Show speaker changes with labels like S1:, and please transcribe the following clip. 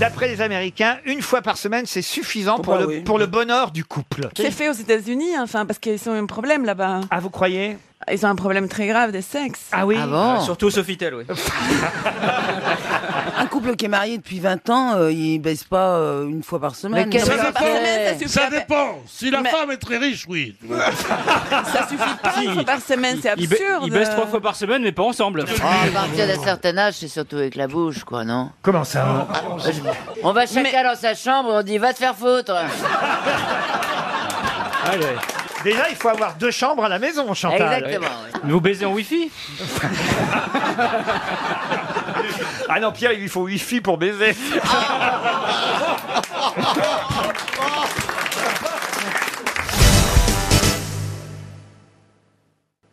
S1: D'après les Américains, une fois par semaine, c'est suffisant pour,
S2: bah
S1: le,
S2: oui.
S1: pour le bonheur du couple.
S3: C'est fait aux États-Unis, hein, enfin, parce qu'ils ont un problème là-bas.
S1: Ah, vous croyez
S3: Ils ont un problème très grave des sexes.
S1: Ah oui
S4: Surtout Sofitel, oui.
S2: Un couple qui est marié depuis 20 ans, euh, il baisse pas euh, une fois par semaine.
S3: Mais quel Ça dépend. semaine, ça suffit
S5: Ça
S3: à peine.
S5: dépend. Si la
S3: Mais-
S5: femme est très riche, oui.
S3: Ça suffit pas une fois par semaine, c'est
S4: Il, ba-
S3: absurde.
S4: il baisse trois fois par semaine, mais pas ensemble.
S6: Ah, à partir d'un certain âge, c'est surtout avec la bouche, quoi, non
S1: Comment ça
S6: On va chacun dans sa chambre, on dit va te faire foutre.
S4: Ah,
S1: Déjà, il faut avoir deux chambres à la maison, Chantal.
S6: Exactement. ouais.
S4: Vous baisez en wifi
S1: Ah non, Pierre, il lui faut wifi pour baiser.